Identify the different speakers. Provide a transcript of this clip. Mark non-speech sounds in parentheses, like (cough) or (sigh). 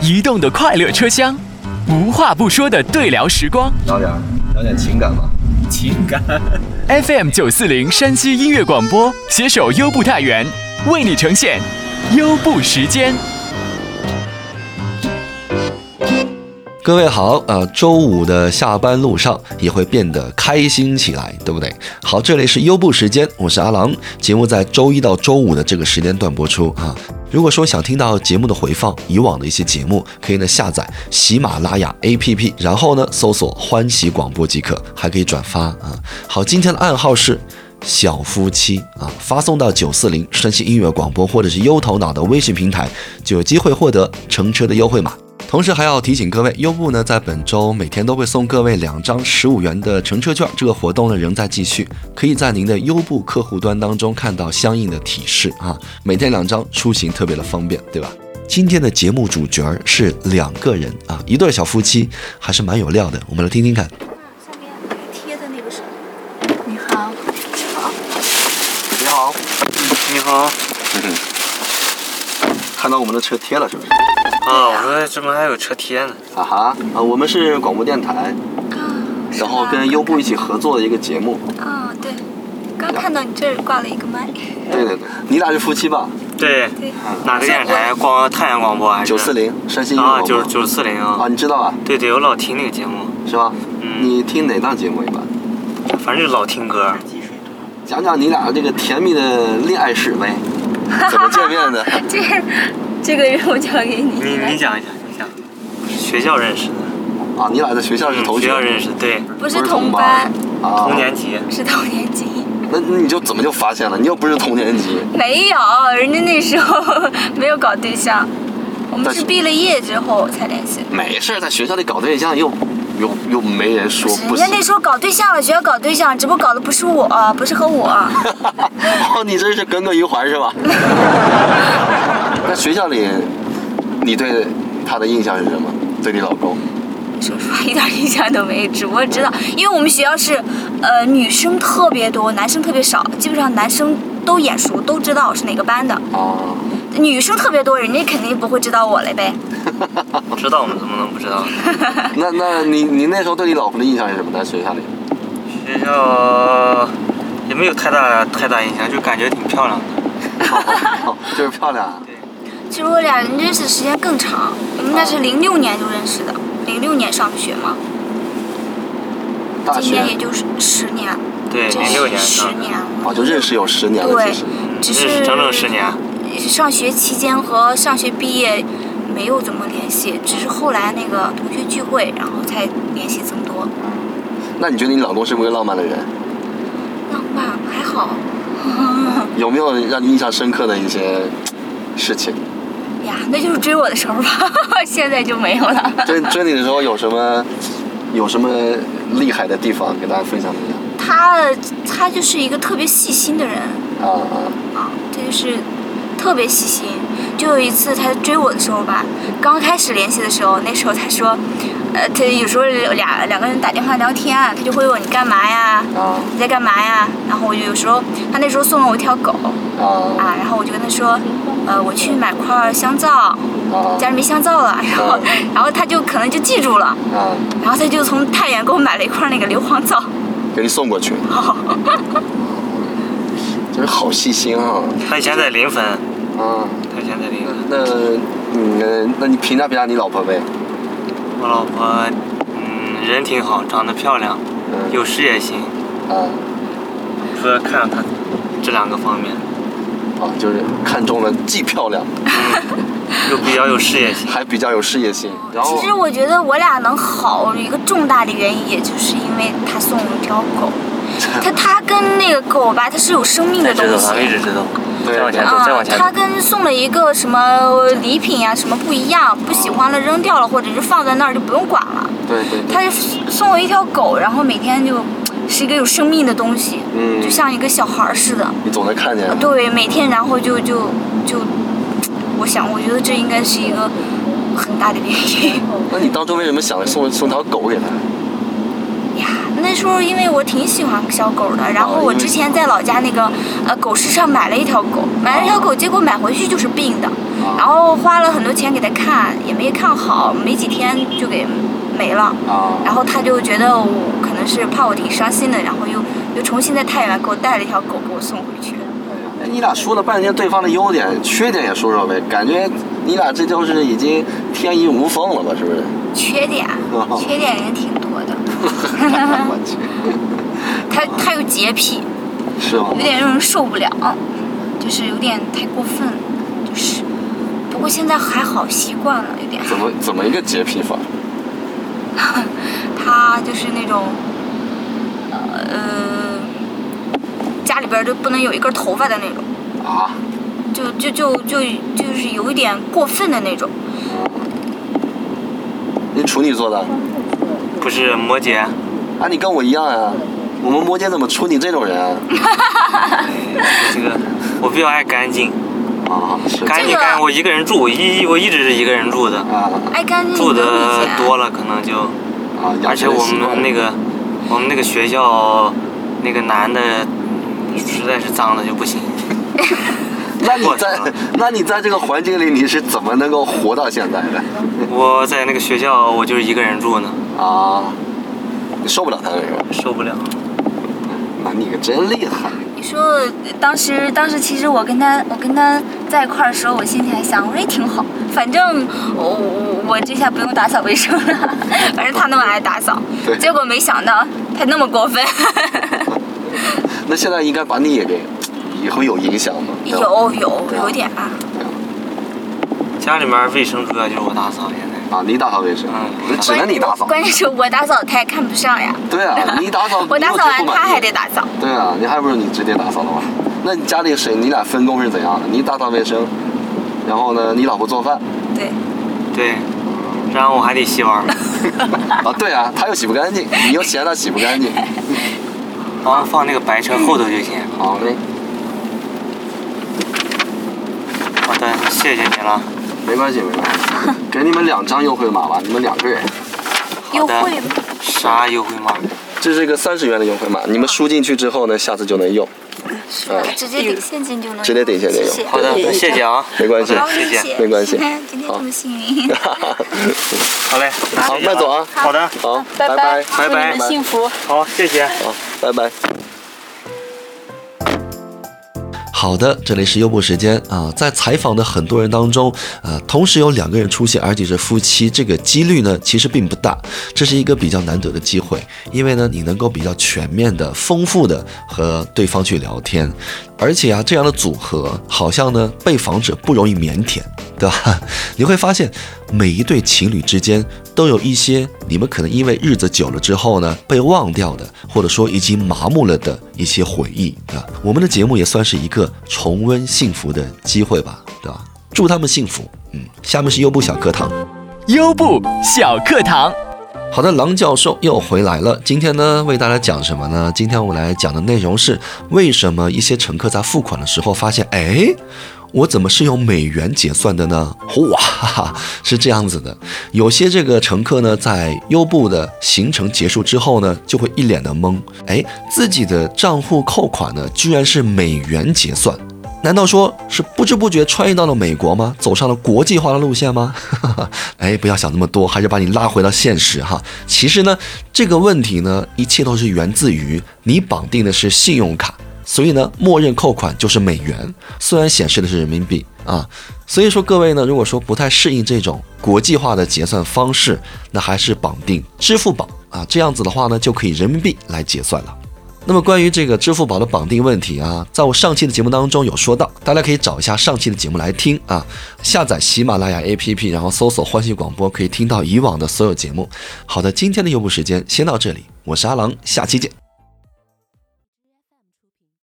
Speaker 1: 移动的快乐车厢，无话不说的对聊时光。
Speaker 2: 聊点儿聊点情感吧。
Speaker 3: 情感
Speaker 1: FM 九四零山西音乐广播携手优步太原，为你呈现优步时间。
Speaker 2: 各位好，呃，周五的下班路上也会变得开心起来，对不对？好，这里是优步时间，我是阿郎，节目在周一到周五的这个时间段播出啊。如果说想听到节目的回放，以往的一些节目，可以呢下载喜马拉雅 APP，然后呢搜索“欢喜广播”即可，还可以转发啊。好，今天的暗号是小夫妻啊，发送到九四零山西音乐广播或者是优头脑的微信平台，就有机会获得乘车的优惠码。同时还要提醒各位，优步呢在本周每天都会送各位两张十五元的乘车券，这个活动呢仍在继续，可以在您的优步客户端当中看到相应的提示啊。每天两张，出行特别的方便，对吧？今天的节目主角儿是两个人啊，一对小夫妻，还是蛮有料的。我们来听听看。
Speaker 4: 下面贴的那个什么？你好，
Speaker 2: 你好，你好，看到我们的车贴了是不是？
Speaker 3: 啊！我说怎么还有车贴呢？
Speaker 2: 啊哈，啊，我们是广播电台，然后跟优步一起合作的一个节目。
Speaker 4: 啊、对，刚看到你这儿挂了一个 (laughs) 麦，
Speaker 2: 对对对，你俩是夫妻吧？
Speaker 3: 对，
Speaker 4: 对，
Speaker 3: 哪个电视台？广太原广播还是？
Speaker 2: 九四零，山西音乐
Speaker 3: 啊，
Speaker 2: 广播
Speaker 3: 九九四零
Speaker 2: 啊，
Speaker 3: 啊。
Speaker 2: 你知道啊，
Speaker 3: 对对，我老听那个节目，
Speaker 2: 是吧？
Speaker 3: 嗯
Speaker 2: 你听哪档节目一般？
Speaker 3: 反正老听歌。
Speaker 2: 讲讲你俩这个甜蜜的恋爱史 (laughs) 呗，怎么见面的？
Speaker 4: 这个这个我交给你，
Speaker 3: 你
Speaker 4: 来
Speaker 3: 你讲一讲，你讲。学校认识的，
Speaker 2: 啊，你俩在学校是同
Speaker 3: 嗯学
Speaker 2: 学，
Speaker 3: 校认识，对，
Speaker 4: 不
Speaker 2: 是
Speaker 4: 是
Speaker 2: 同
Speaker 4: 同班，
Speaker 2: 啊，
Speaker 3: 同年级。
Speaker 4: 是同年级。
Speaker 2: 那那你就怎么就发现了？你又不是同年级，
Speaker 4: 没有，人家那时候没有搞对象，我们
Speaker 2: 但是
Speaker 4: 是毕了业之后才联系的。
Speaker 2: 没事儿，在学校里搞对象又又又没人说不
Speaker 4: 人家
Speaker 2: 行。
Speaker 4: 那时候搞对象了，学校搞对象，只不过搞的不是我，不是和我。
Speaker 2: (laughs) 哦，你这是耿耿于怀是 (laughs) 吧？那学校里，你对他的印象是什么？对你老公？
Speaker 4: 说实话，一点印象都没，只不过知道，因为我们学校是，呃，女生特别多，男生特别少，基本上男生都眼熟，都知道我是哪个班的，
Speaker 2: 哦，
Speaker 4: 女生特别多，人家肯定不会知道我了呗。
Speaker 3: 知道我们怎么能不知道呢？
Speaker 2: (laughs) 那那你你那时候对你老婆的印象是什么？在学 (laughs) 校里？
Speaker 3: 学校也没有太大太大印象，就感觉挺漂亮的。
Speaker 2: 哦就是漂亮啊。
Speaker 4: 其实我俩认识的时间更长，我们那
Speaker 3: 哦
Speaker 4: 是零六年就认识的，零六年上的学嘛，
Speaker 2: 大
Speaker 4: 今
Speaker 2: 学
Speaker 4: 年也就是十年，
Speaker 3: 对，
Speaker 4: 这
Speaker 3: 零六年嗯
Speaker 4: 十
Speaker 3: 上的，
Speaker 4: 年了。
Speaker 2: 哦，就认识有十年了，
Speaker 4: 对
Speaker 2: 其实。，
Speaker 4: 只
Speaker 3: 认识
Speaker 4: 是
Speaker 3: 整整十年。啊
Speaker 4: 上学期间和上学毕业没有怎么联系，只是后来那个同学聚会，然后才联系增多。
Speaker 2: 那你觉得你老公是不是个浪漫的人？
Speaker 4: 浪漫还好，
Speaker 2: 有没有让你印象深刻的一些事
Speaker 4: (laughs)
Speaker 2: 情？
Speaker 4: 呀，那就是追我的时候吧， (laughs) 现在就没有了。
Speaker 2: 追追你的时候有什么有什么厉害的地方跟大家分享一下？
Speaker 4: 他他就是一个特别细心的人
Speaker 2: 啊啊，
Speaker 4: 啊，他就是特别细心。就有一次他追我的时候吧，刚开始联系的时候，那时候他说，呃，他有时候俩两个人打电话聊天啊，他就会问我你干嘛呀？
Speaker 2: 啊
Speaker 4: 你在干嘛呀？然后我就有时候，他那时候送了我一条狗
Speaker 2: 啊
Speaker 4: 啊，然后我就跟他说，呃，我去买块香皂，
Speaker 2: 啊
Speaker 4: 家里没香皂了，然后然后他就可能就记住了，
Speaker 2: 啊！
Speaker 4: 然后他就从太原给我买了一块那个硫磺皂，
Speaker 2: 给你送过去，真是好细心啊！
Speaker 3: 他以前在临汾，
Speaker 2: 啊，
Speaker 3: 他以前在临汾。
Speaker 2: 那你呢那你评价评价你老婆呗？
Speaker 3: 我老婆，嗯，人挺好，长得漂亮，
Speaker 2: 嗯
Speaker 3: 有事业心。
Speaker 2: 啊
Speaker 3: 主要看上她这两个方面，
Speaker 2: 啊，就是看中了，既漂亮
Speaker 3: 又比较有事业 (laughs) 心。
Speaker 2: 还比较有事业心，然后
Speaker 4: 其实我觉得我俩能好，一个重大的原因也就是因为他送我一条
Speaker 2: (laughs)
Speaker 4: 狗，他他跟那个狗吧，它是有生命的
Speaker 3: 再
Speaker 4: 东
Speaker 3: 知道，
Speaker 4: 西
Speaker 3: 咱们一直知道。
Speaker 2: 对
Speaker 3: 再往前走，
Speaker 4: 啊
Speaker 3: 再往，前走
Speaker 4: 他。跟送了一个什么礼品呀、什么不一样，不喜欢了扔掉了，或者是放在那儿就不用管了。
Speaker 2: 对对对，
Speaker 4: 他送我一条狗，然后每天就是一个有生命的东西，
Speaker 2: 嗯
Speaker 4: 就像一个小孩儿似的。
Speaker 2: 你总能看见。
Speaker 4: 对，每天然后就就就，我想，我觉得这应该是一个很大的原因
Speaker 2: 那你当初为什么想送送条狗给他？
Speaker 4: 呀。那时候因为我挺喜欢小狗的，然后
Speaker 5: 哦因为
Speaker 4: 我之前在老家那个呃狗市上买了一条狗，买了
Speaker 5: 哦
Speaker 4: 一条狗，结果买回去就是病的，然后花了很多钱给它看，也没看好，没几天就给没了。
Speaker 5: 啊
Speaker 4: 然后他就觉得我可能是怕我挺伤心的，然后又又重新在太原给我带了一条狗给我送回去。
Speaker 2: 哎你俩说了半天对方的优点、缺点也说说呗，感觉你俩这就是已经天衣无缝了吧？是不 (laughs) 是？
Speaker 4: 缺点啊，
Speaker 2: 哦
Speaker 4: 缺点也挺多的。
Speaker 2: 我去，
Speaker 4: 他他有洁癖，
Speaker 2: 是吗
Speaker 4: 有？点让人受不了，就是有点太过分了，就是。不过现在还好，习惯了，有点。 (laughs)
Speaker 2: 怎么怎么一个洁癖法？
Speaker 4: 他就是那种，呃，家里边儿就不能有一根头发的那种。
Speaker 2: 啊？
Speaker 4: 就就就就就是有一点过分的那种，
Speaker 2: 你处女座的
Speaker 3: 不是摩羯， (laughs)
Speaker 2: 啊？你跟我一样啊？我们摩羯怎么出你这种人啊？
Speaker 3: 这个我比较爱干净，
Speaker 2: 啊，是
Speaker 3: 干
Speaker 4: 这
Speaker 3: 净
Speaker 4: 个
Speaker 3: 干净。我一个人住，我一我一直是一个人住的，
Speaker 2: 啊
Speaker 4: 爱干净
Speaker 3: 住
Speaker 4: 能理
Speaker 3: 的
Speaker 4: 解
Speaker 3: 多了可能就，
Speaker 2: 啊！养
Speaker 3: 而且
Speaker 2: 成了
Speaker 3: 我
Speaker 2: 习惯
Speaker 3: 们那个我们那个学校那个男的实在是脏的就不 (laughs) 行，
Speaker 2: 那你在
Speaker 3: 过程
Speaker 2: 那你在这个环境里，你是怎么能够活到现在的？
Speaker 3: 我在那个学校我就是一个人住呢，
Speaker 2: 啊，你受不了他这个，
Speaker 3: 受不了。
Speaker 2: 那你可真厉害
Speaker 4: 你说当时，当时其实我跟他，我跟他在一块儿的时候，我心里还想，我说也哎挺好，反正我我我这下不用打扫卫生了，反正他那么爱打扫
Speaker 2: 对，
Speaker 4: 结果没想到他那么
Speaker 2: (laughs)
Speaker 4: 过分。
Speaker 2: 那现在应该把你也给，也会有影响吗？对吧
Speaker 4: 有有有点啊，
Speaker 3: 家里面卫生主要就是我打扫，现在
Speaker 2: 啊，你打扫卫生
Speaker 3: 嗯，
Speaker 2: 那只能你打扫。
Speaker 4: 关键是我打扫他也看不上呀，
Speaker 2: 对
Speaker 4: (laughs)
Speaker 2: 啊，你打扫，
Speaker 4: 我打扫
Speaker 2: 你又
Speaker 4: 完
Speaker 2: 不满
Speaker 4: 他
Speaker 2: 意
Speaker 4: 还得。打扫，
Speaker 2: 对啊，你还不如你直接打扫的话。那你家里谁？你俩分工是怎样的？你打扫卫生，然后呢，你老婆做
Speaker 4: (laughs)
Speaker 2: 饭。
Speaker 4: 对，
Speaker 3: 对，然后我还得洗碗，
Speaker 2: 啊，对啊，她又洗不干净，你又嫌她洗不
Speaker 4: (laughs)
Speaker 2: 干净。
Speaker 3: 然后放那个白车后头就行。
Speaker 2: 好嘞，
Speaker 3: 好的，谢谢你了。
Speaker 2: 没关系没关系，
Speaker 4: (laughs)
Speaker 2: 给你们两张优惠码吧，你们两个人。
Speaker 4: 优
Speaker 3: 好的
Speaker 4: 惠嘛
Speaker 3: 啥优惠码？
Speaker 2: 这是一个三十元的优惠码，你们输进去之后呢，下次就能用， (laughs)
Speaker 4: 是吧？直接顶现金就
Speaker 2: 嗯
Speaker 4: 能，
Speaker 2: 直接顶现金
Speaker 4: 谢
Speaker 2: 用
Speaker 4: 谢
Speaker 3: 好的，那谢谢啊。
Speaker 2: 没关系
Speaker 4: 好，
Speaker 3: 谢谢
Speaker 2: 没关系
Speaker 4: 你看今天这么幸运， (laughs)
Speaker 3: 好嘞，
Speaker 2: 好，
Speaker 3: 谢谢
Speaker 2: 慢走。啊，
Speaker 3: 好的，
Speaker 2: 好，
Speaker 6: 拜
Speaker 2: 拜，
Speaker 3: 拜
Speaker 6: 祝
Speaker 3: 拜
Speaker 6: 你，们幸福。
Speaker 3: 好，谢谢。
Speaker 2: 好，拜拜。
Speaker 5: 好的，这里是优步时间啊、在采访的很多人当中，呃，同时有两个人出现，而且是夫妻，这个几率呢其实并不大，这是一个比较难得的机会，因为呢你能够比较全面的、丰富的和对方去聊天，而且啊这样的组合好像呢被访者不容易腼腆，对吧？ (laughs) 你会发现每一对情侣之间都有一些你们可能因为日子久了之后呢被忘掉的，或者说已经麻木了的一些回忆啊。我们的节目也算是一个重温幸福的机会吧，对吧？祝他们幸福。嗯，下面是优步小课堂。
Speaker 1: 优步小课堂。
Speaker 5: 好的，郎教授又回来了。今天呢，为大家讲什么呢？今天我来讲的内容是为什么一些乘客在付款的时候发现，哎，我怎么是用美元结算的呢？哇，哈哈，是这样子的，有些这个乘客呢，在优步的行程结束之后呢，就会一脸的懵，哎，自己的账户扣款呢，居然是美元结算。难道说是不知不觉穿越到了美国吗？走上了国际化的路线吗？ (laughs) 哎，不要想那么多，还是把你拉回到现实哈。其实呢，这个问题呢，一切都是源自于你绑定的是信用卡，所以呢，默认扣款就是美元，虽然显示的是人民币啊。所以说各位呢，如果说不太适应这种国际化的结算方式，那还是绑定支付宝啊，这样子的话呢，就可以人民币来结算了。那么关于这个支付宝的绑定问题啊，在我上期的节目当中有说到，大家可以找一下上期的节目来听啊。下载喜马拉雅 APP，然后搜索“欢喜广播”，可以听到以往的所有节目。好的，今天的优步时间先到这里，我是阿郎，下期见。